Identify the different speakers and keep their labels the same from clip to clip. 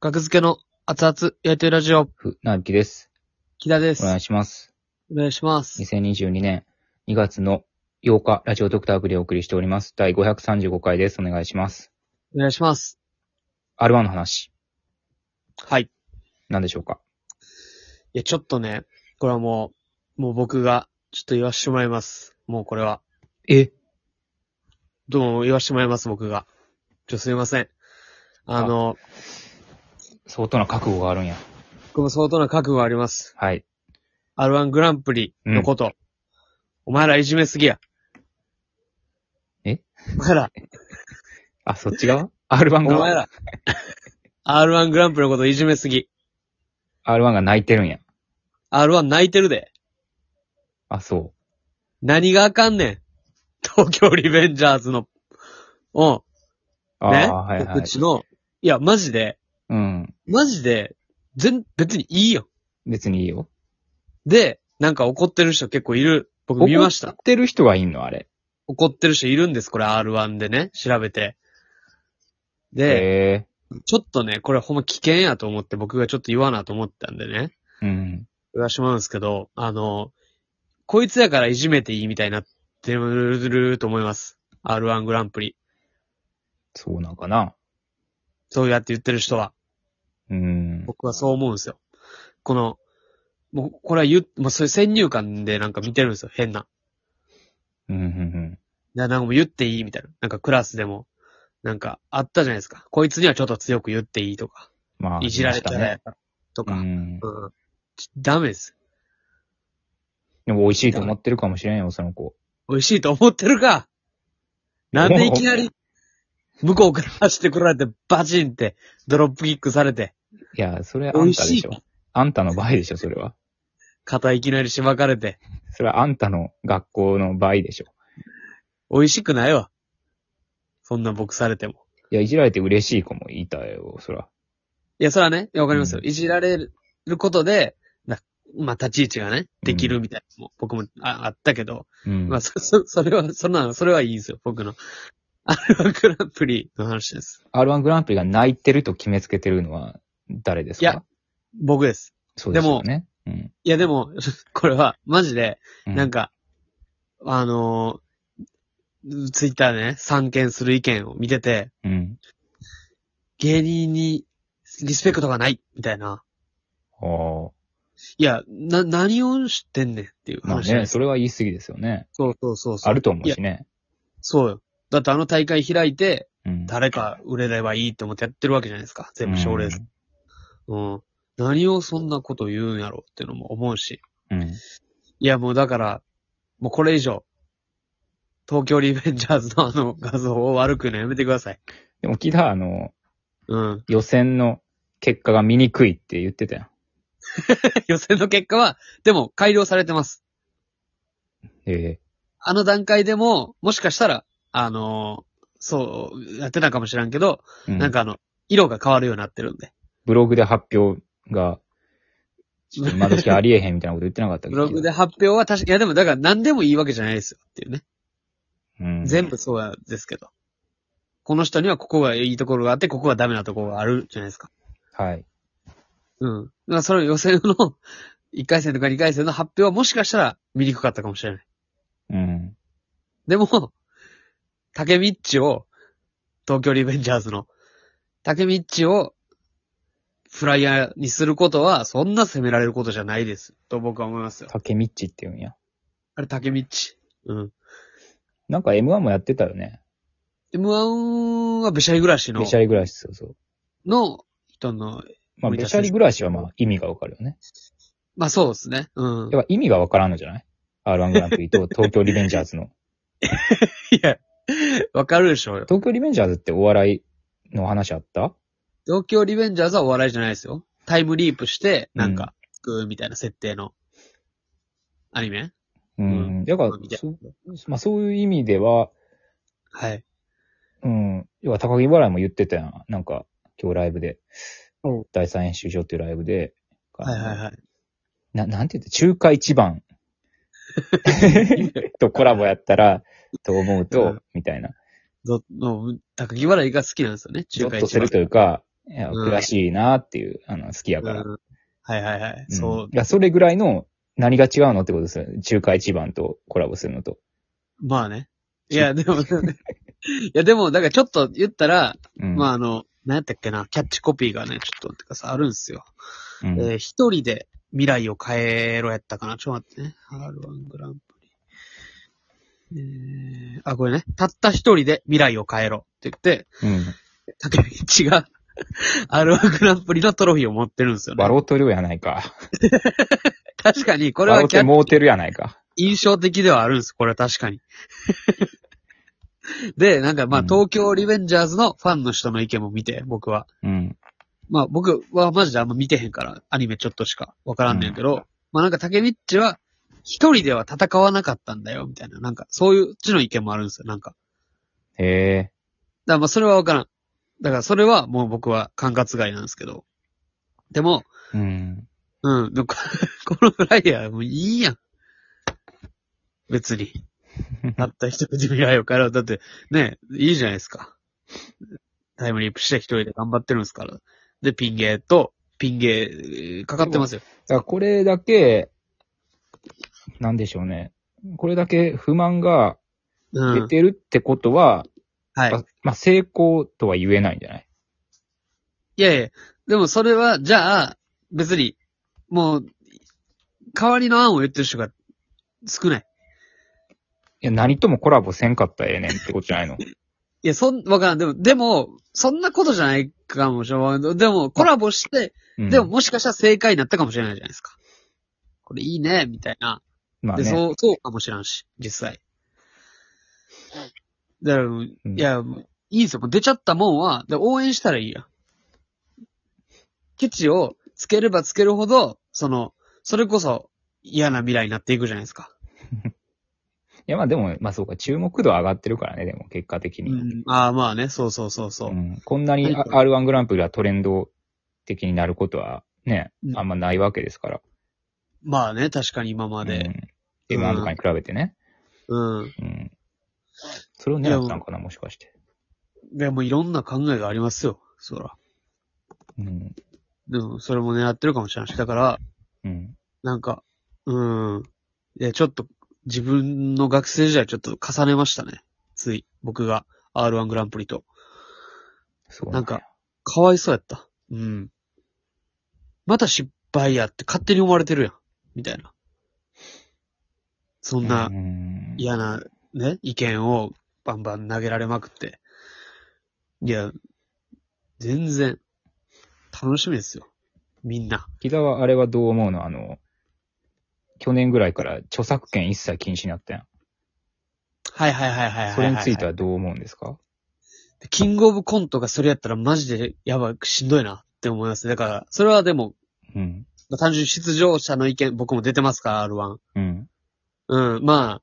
Speaker 1: 学付けの熱々やりとりラジオ、
Speaker 2: ふ、なびきです。
Speaker 1: 木田です。
Speaker 2: お願いします。
Speaker 1: お願いします。
Speaker 2: 2022年2月の8日、ラジオドクターグでお送りしております。第535回です。お願いします。
Speaker 1: お願いします。
Speaker 2: R1 の話、
Speaker 1: はい。い
Speaker 2: なんでしょうか
Speaker 1: や、ちょっとね、これはもう、もう僕が、ちょっと言わしてもらいます。もうこれは。
Speaker 2: え
Speaker 1: どうも言わしてもらいます、僕が。ちょ、すいません。あの、
Speaker 2: 相当な覚悟があるんや。
Speaker 1: 僕も相当な覚悟があります。
Speaker 2: はい。
Speaker 1: R1 グランプリのこと。お前らいじめすぎや。
Speaker 2: え
Speaker 1: お前ら、
Speaker 2: あ、そっち 側 ?R1
Speaker 1: お前
Speaker 2: が、
Speaker 1: ら。R1 グランプリのこといじめすぎ。
Speaker 2: R1 が泣いてるんや。
Speaker 1: R1 泣いてるで。
Speaker 2: あ、そ
Speaker 1: 何があかんね ん。東京リベンジャーズの、うん、
Speaker 2: う。あー
Speaker 1: ね、
Speaker 2: はいは
Speaker 1: う
Speaker 2: い。
Speaker 1: ちの、いや、マジで、
Speaker 2: うん。
Speaker 1: マジで、全、別にいいよ。
Speaker 2: 別にいいよ。
Speaker 1: で、なんか怒ってる人結構いる。僕見まし
Speaker 2: 怒
Speaker 1: た
Speaker 2: っ。てる人がいんのあれ。
Speaker 1: 怒ってる人いるんです、これ R1 でね、調べて。で、
Speaker 2: え
Speaker 1: ちょっとね、これほんま危険やと思って僕がちょっと言わなと思ったんでね、
Speaker 2: ー。うん。
Speaker 1: 言わしてもらうんですけど、あの、こいつやからいじめていいみたいになってると思います。R1 グランプリ。
Speaker 2: そうなんかな。
Speaker 1: そうやって言ってる人は。
Speaker 2: うん。
Speaker 1: 僕はそう思うんですよ。この、もう、これは言う、もうそういう先入観でなんか見てるんですよ、変な。
Speaker 2: うん、うん、うん。
Speaker 1: ななんかもう言っていいみたいな。なんかクラスでも、なんかあったじゃないですか。こいつにはちょっと強く言っていいとか、
Speaker 2: まあ、
Speaker 1: いじられた
Speaker 2: い
Speaker 1: ら
Speaker 2: まし
Speaker 1: やからと
Speaker 2: た
Speaker 1: か、
Speaker 2: ね。う
Speaker 1: うん
Speaker 2: ん。
Speaker 1: ちダメです。
Speaker 2: でも美味しいと思ってるかもしれんよ、その子。
Speaker 1: 美味しいと思ってるかなんでいきなり、向こうから走ってこられて、バチンって、ドロップキックされて、
Speaker 2: いや、それあ
Speaker 1: 美
Speaker 2: ん
Speaker 1: 味
Speaker 2: た
Speaker 1: し
Speaker 2: で
Speaker 1: い
Speaker 2: しょ。あんたの場合でしょ、それは。
Speaker 1: 肩いきなりしばかれて、
Speaker 2: それはあんたの学校の場合でしょ。
Speaker 1: 美味しくないわ。そんな僕されても。
Speaker 2: いや、いじられて嬉しい子もいたよ、そら。
Speaker 1: いや、それはね、いやわかりますよ。
Speaker 2: う
Speaker 1: いじられることで、なまあ、立ち位置がね、できるみたいなのも、僕もああったけど、
Speaker 2: うん。
Speaker 1: まあ、そ、そ、それは、そんなの、それはいいですよ、僕の。 あれはグランプリの話です。
Speaker 2: R1 グランプリが泣いてると決めつけてるのは誰ですか
Speaker 1: いや、僕です。
Speaker 2: そうですよね。うん。
Speaker 1: いや、でも、 これは、マジで、
Speaker 2: うん
Speaker 1: なんか、あのーツイッターでね、参見する意見を見てて、
Speaker 2: うん。
Speaker 1: 芸人にリスペクトがない、みたいな。
Speaker 2: ああ。
Speaker 1: いや、な、何を知ってんねんっていう
Speaker 2: まあ
Speaker 1: 話なん
Speaker 2: ね、
Speaker 1: です
Speaker 2: それは言い過ぎですよね。
Speaker 1: そうそうそうそう。
Speaker 2: あると思うしね。
Speaker 1: そうよ。だってあの大会開いて、
Speaker 2: うん。
Speaker 1: 誰か売れればいいって思ってやってるわけじゃないですか。全部賞レース。うん。何をそんなこと言うんやろうっていうのも思うし。
Speaker 2: うん。うん。
Speaker 1: いやもうだから、もうこれ以上、東京リベンジャーズのあの画像を悪く言うのやめてください。
Speaker 2: でも、木田、あの、
Speaker 1: うん。
Speaker 2: 予選の結果が見にくいって言ってたよ。
Speaker 1: 予選の結果は、でも改良されてます。
Speaker 2: ええ
Speaker 1: あの段階でも、もしかしたら、あのーそう、やってたかもしらんけど、
Speaker 2: うん
Speaker 1: なんかあの、色が変わるようになってるんで。
Speaker 2: ブログで発表が、ちょっと今時ありえへんみたいなこと言ってなかったっけ
Speaker 1: ブログで発表は確か、いやでもだから何でもいいわけじゃないですよっていうね。
Speaker 2: うん
Speaker 1: 全部そうやですけど。この人にはここがいいところがあって、ここがダメなところがあるじゃないですか。
Speaker 2: はい。
Speaker 1: うん。まあ、それ予選の、1回戦 とか2回戦の発表はもしかしたら見にくかったかもしれない。
Speaker 2: うん。
Speaker 1: でも、タケミッチを、東京リベンジャーズの、タケミッチを、フライヤーにすることは、そんな責められることじゃないです。と僕は思いますよ。
Speaker 2: 竹道って言うんや。
Speaker 1: あれ、タケミッチ。うん。
Speaker 2: なんか M1 もやってたよね。
Speaker 1: M1 は、べしゃり暮らしの
Speaker 2: べし、ゃり暮らし、そうそう。
Speaker 1: の人の、
Speaker 2: まあ、
Speaker 1: 森田
Speaker 2: べしゃ
Speaker 1: 選
Speaker 2: り
Speaker 1: 手
Speaker 2: 暮らしはまあ、意味がわかるよね。
Speaker 1: まあそうですね。うん。
Speaker 2: やっぱ意味がわからんのじゃない ?R1 グランプリ と東京リベンジャーズの。
Speaker 1: いや、 わかるでしょうよ。
Speaker 2: 東京リベンジャーズってお笑いの話あった
Speaker 1: 東京リベンジャーズはお笑いじゃないですよ。タイムリープして、なんか、グーみたいな設定の、アニメ
Speaker 2: うん。だから
Speaker 1: まあ見て、
Speaker 2: そまあ、そういう意味では、
Speaker 1: はい。
Speaker 2: うん。要は高木笑いも言ってたやん。なんか、今日ライブで
Speaker 1: うん。
Speaker 2: 第三演習場っていうライブで。
Speaker 1: はいはいはい。
Speaker 2: な、なんて言って、中華 一番 とコラボやったら、と思う
Speaker 1: う
Speaker 2: と
Speaker 1: ん、
Speaker 2: みたいな。
Speaker 1: ど、の、高木笑いが好きなんですよね。
Speaker 2: ちょ
Speaker 1: 中華
Speaker 2: っと
Speaker 1: 一
Speaker 2: する
Speaker 1: 番
Speaker 2: と。いうか、いや、
Speaker 1: うん
Speaker 2: 悔しいなっていう、あの、好きやから。
Speaker 1: うんはいはいはい。
Speaker 2: うん
Speaker 1: そう。
Speaker 2: いや、それぐらいの、何が違うのってことですよね。中華一番とコラボするのと。
Speaker 1: まあね。いや、でも、 いや、でも、だからちょっと言ったら、
Speaker 2: うん。
Speaker 1: まあ
Speaker 2: あ、
Speaker 1: あの、何やったっけな、キャッチコピーがね、ちょっと待ってください、あるんですよ。
Speaker 2: うん、
Speaker 1: えー一人で未来を変えろやったかな。ちょっと待ってね。R1 グランプリ。えー、あ、これね。たった一人で未来を変えろって言って、
Speaker 2: うん。
Speaker 1: 竹道が R1 グランプリのトロフィーを持ってるんですよね。
Speaker 2: 笑うとるやないか。
Speaker 1: 確かに、これ
Speaker 2: 笑
Speaker 1: は
Speaker 2: う
Speaker 1: キャ
Speaker 2: て
Speaker 1: ッ
Speaker 2: もうてるやないか。
Speaker 1: 印象的ではあるんです。これは確 かに。で、なんかまあ、
Speaker 2: うん
Speaker 1: 東京リベンジャーズのファンの人の意見も見て、僕は。
Speaker 2: うん。
Speaker 1: まあ僕はマジであんま見てへんから、アニメちょっとしかわからんねんけど、まあなんか竹ビッチは一人では戦わなかったんだよ、みたいな。なんかそういううちの意見もあるんですよ、なんか。
Speaker 2: へ
Speaker 1: だ
Speaker 2: え。
Speaker 1: からまあそれはわからん。だからそれはもう僕は管轄外なんですけど。でも、
Speaker 2: うん。
Speaker 1: うん、でもこ このフライヤーもういいやん。別に。たった一人で未来を変えろ。だって、ね、いいじゃないですか。タイムリープして一人で頑張ってるんですから。で、ピンゲーと、ピンゲー、かかってますよ。
Speaker 2: だからこれだけ、なんでしょうね。これだけ不満が
Speaker 1: う
Speaker 2: 出
Speaker 1: ん。
Speaker 2: てるってことは、
Speaker 1: はい
Speaker 2: ま。まあ、成功とは言えないんじゃない
Speaker 1: いやいや、でもそれは、じゃあ、別に、もう、代わりの案を言ってる人が少ない。
Speaker 2: いや、何ともコラボせんかったらええねんってことじゃないの
Speaker 1: いや、そん、わからん。でも、でも、そんなことじゃないかもしれない。でも、コラボして、
Speaker 2: うん
Speaker 1: でも、もしかしたら正解になったかもしれないじゃないですか。これいいね、みたいな。
Speaker 2: まあ
Speaker 1: で、
Speaker 2: ね。
Speaker 1: そう、そうかもしらんし、実際。だから、いや、いいんですよ。もう出ちゃったもんは、で応援したらいいやん。ケチをつければつけるほど、その、それこそ嫌な未来になっていくじゃないですか。
Speaker 2: いや、まあでも、まあそうか、注目度は上がってるからね、でも、結果的
Speaker 1: う
Speaker 2: に。
Speaker 1: ん。ああ、まあね、そうそうそうそう。
Speaker 2: うんこんなに
Speaker 1: は
Speaker 2: あ
Speaker 1: い
Speaker 2: R1 グランプリがトレンド的になることはね
Speaker 1: う、ん
Speaker 2: あんまないわけですから。
Speaker 1: まあね、確かに今ま
Speaker 2: う
Speaker 1: で。
Speaker 2: ん M1 とかに比べてね。
Speaker 1: うん。
Speaker 2: うん。それを狙ったんかな、もしかして。
Speaker 1: でもいろんな考えがありますよ、そら。
Speaker 2: うん。
Speaker 1: でも、それも狙ってるかもしれないし。だから、
Speaker 2: うん。
Speaker 1: なんか、うん。いや、ちょっと、自分の学生時代ちょっと重ねましたね。つい、僕が R1 グランプリと。
Speaker 2: そう
Speaker 1: なん
Speaker 2: んや
Speaker 1: か、かわいそうやった。うん。また失敗やって勝手に思われてるやん。みたいな。そんな
Speaker 2: うん。
Speaker 1: 嫌なね、意見をバンバン投げられまくって。いや、全然、楽しみですよ。みんな。
Speaker 2: 木田はあれはどう思うのあの、去年ぐらいから著作権一切禁止になったやん。
Speaker 1: はいはいはいはいはいはい。
Speaker 2: それについてはどう思うんですか
Speaker 1: キングオブコントがそれやったらマジでやばい、しんどいなって思います。だから、それはでも、
Speaker 2: うん。
Speaker 1: まあ単純に出場者の意見、僕も出てますから、R1。
Speaker 2: うん。
Speaker 1: うん、まあ、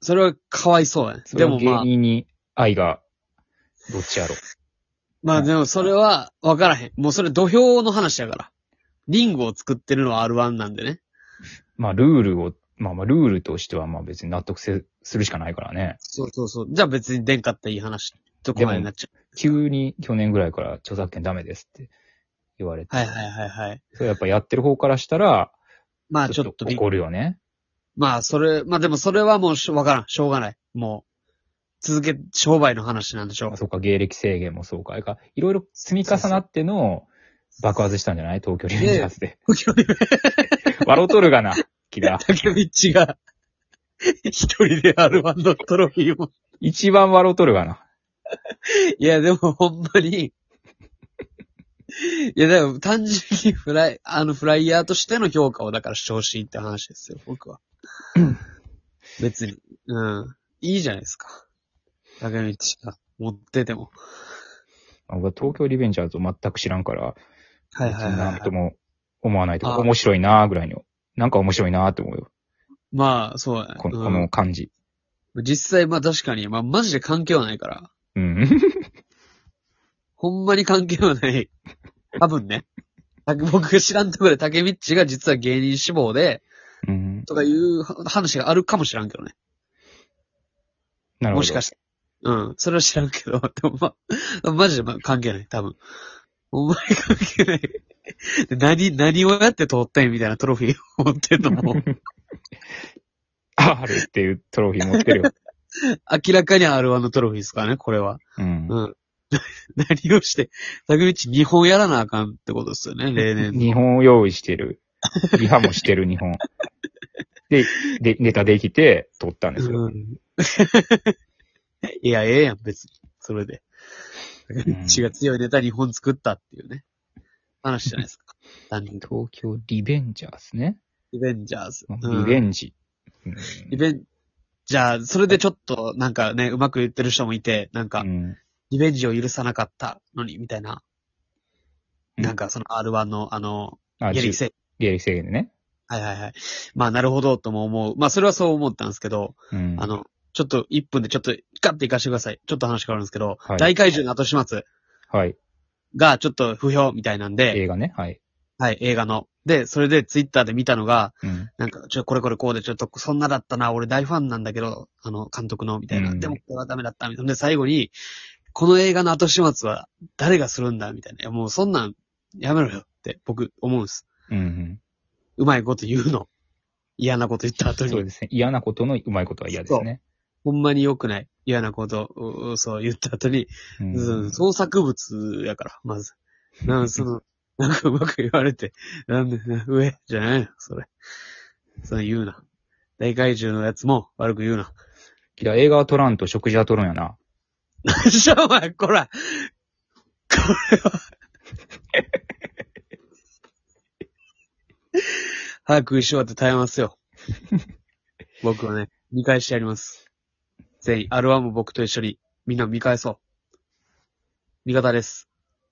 Speaker 1: それはかわいそうやね。
Speaker 2: それ
Speaker 1: で
Speaker 2: は
Speaker 1: もまあ
Speaker 2: 芸、人に愛が、どっちやろう。
Speaker 1: まあでもそれはわからへん。もうそれ土俵の話やから。リングを作ってるのは R1 なんでね。
Speaker 2: まあ、ルールを、まあまあ、ルールとしては、まあ別に納得せするしかないからね。
Speaker 1: そうそうそう。じゃあ別に出んかったらいい話。どこまでになっちゃ
Speaker 2: 急に去年ぐらいから著作権ダメですって言われて。
Speaker 1: う。はいはいはいはい。
Speaker 2: それやっぱやってる方からしたら、
Speaker 1: まあ
Speaker 2: ち
Speaker 1: ち
Speaker 2: ょ
Speaker 1: ょ
Speaker 2: っ
Speaker 1: っと
Speaker 2: と
Speaker 1: び
Speaker 2: 怒るよね。
Speaker 1: まあそれ、まあでもそれはもうしょわからん。しょうがない。もう、続け、商売の話なんでしょう
Speaker 2: あ。そうか、芸歴制限もそうか。かいろいろ積み重なっての爆発したんじゃない東京リベンジャーズで。笑うとるがな、キラ。
Speaker 1: 竹道が、一人で R1 のトロフィーを。
Speaker 2: 一番笑うとるがな。
Speaker 1: いや、でもほんまに。いや、でも単純にフライ、あのフライヤーとしての評価をだからしてほしいって話ですよ、僕 は。別に。うん。いいじゃないですか。竹道が持ってても。
Speaker 2: まあ僕は東京リベンジャーズを全く知らんから、
Speaker 1: はいはいはい、
Speaker 2: なん
Speaker 1: は
Speaker 2: と
Speaker 1: い。
Speaker 2: も思わないとか、
Speaker 1: あ
Speaker 2: 面白いなーぐらいの。なんか面白いなーって思うよ。
Speaker 1: まあ、そうだね。
Speaker 2: この,、
Speaker 1: うん
Speaker 2: この感じ。
Speaker 1: 実際、まあ確かに、まあマジで関係はないから。
Speaker 2: うん。
Speaker 1: ほんまに関係は ない。多分ね。た僕が知らんところで、竹道が実は芸人志望で、
Speaker 2: うん
Speaker 1: とかいう話があるかもしらんけどね。
Speaker 2: なるほど。
Speaker 1: もしかして。うん。それは知らんけど、 でもまあ、マジでまあ関係ない、多分。お前関係ない。で何、何をやって通ったんやみたいなトロフィーを持ってんの も、
Speaker 2: R っていうトロフィー持ってるよ。
Speaker 1: 明らかに R1 のトロフィーですからね、これは。
Speaker 2: うん。
Speaker 1: うん。何をして、竹道2本やらなあかんってことですよね、例年の。
Speaker 2: 日本を用意してる。リハもしてる日本。で、で、ネタできて撮ったんですよ。
Speaker 1: うん、 いや、ええやん、別に。それで。竹
Speaker 2: ん
Speaker 1: 道が強いネタ2本作ったっていうね。話じゃない ですか。単純に
Speaker 2: 東京リベンジャーズね。
Speaker 1: リベンジャーズ。
Speaker 2: リベンジ。うん
Speaker 1: リベン、じゃあ、それでちょっと、なんかね、うまく言ってる人もいて、なんか
Speaker 2: う、ん
Speaker 1: リベンジを許さなかったのに、みたいな。
Speaker 2: うん
Speaker 1: なんか、その R1 の、あの、
Speaker 2: あ、
Speaker 1: や
Speaker 2: 自
Speaker 1: り
Speaker 2: 由
Speaker 1: せ、
Speaker 2: リアリ制限でね。
Speaker 1: はいはいはい。まあ、なるほど、とも思う。まあ、それはそう思ったんですけど、
Speaker 2: うん
Speaker 1: あの、ちょっと、1分でちょっと、ガッて行かしてください。ちょっと話変わるんですけど、
Speaker 2: はい
Speaker 1: 大怪獣の後始末
Speaker 2: はい。
Speaker 1: が、ちょっと不評みたいなんで、
Speaker 2: 映画ね。はい。
Speaker 1: はい、映画の。で、それでツイッターで見たのが、
Speaker 2: うん
Speaker 1: なんか、ちょ、これこれこうで、ちょっと、そんなだったな、俺大ファンなんだけど、あの、監督の、みたいな。
Speaker 2: うん
Speaker 1: でも、これはダメだった、みたいな。で、最後に、この映画の後始末は誰がするんだ、みたいな。いやもうそんなん、やめろよって、僕、思うんです。
Speaker 2: うん
Speaker 1: うまいこと言うの。嫌なこと言った
Speaker 2: う
Speaker 1: 後
Speaker 2: ん。そう
Speaker 1: に。
Speaker 2: ですね。嫌なことのうまいことは嫌ですね。
Speaker 1: ほんまに良くない。嫌なことを、うそう言った後に、
Speaker 2: う
Speaker 1: うん、創作物やから、まず。なん、その、なんかうまく言われて、なんで、な上、じゃないの、それ。それ言うな。大怪獣のやつも悪く言うな。
Speaker 2: いや、映画は撮らんと食事は撮るんやな。
Speaker 1: よっしゃ、お前、こら。これは。早く石終わって耐えますよ。僕はね、見返してやります。全員、R1 も僕と一緒に、みんな見返そう。味方です。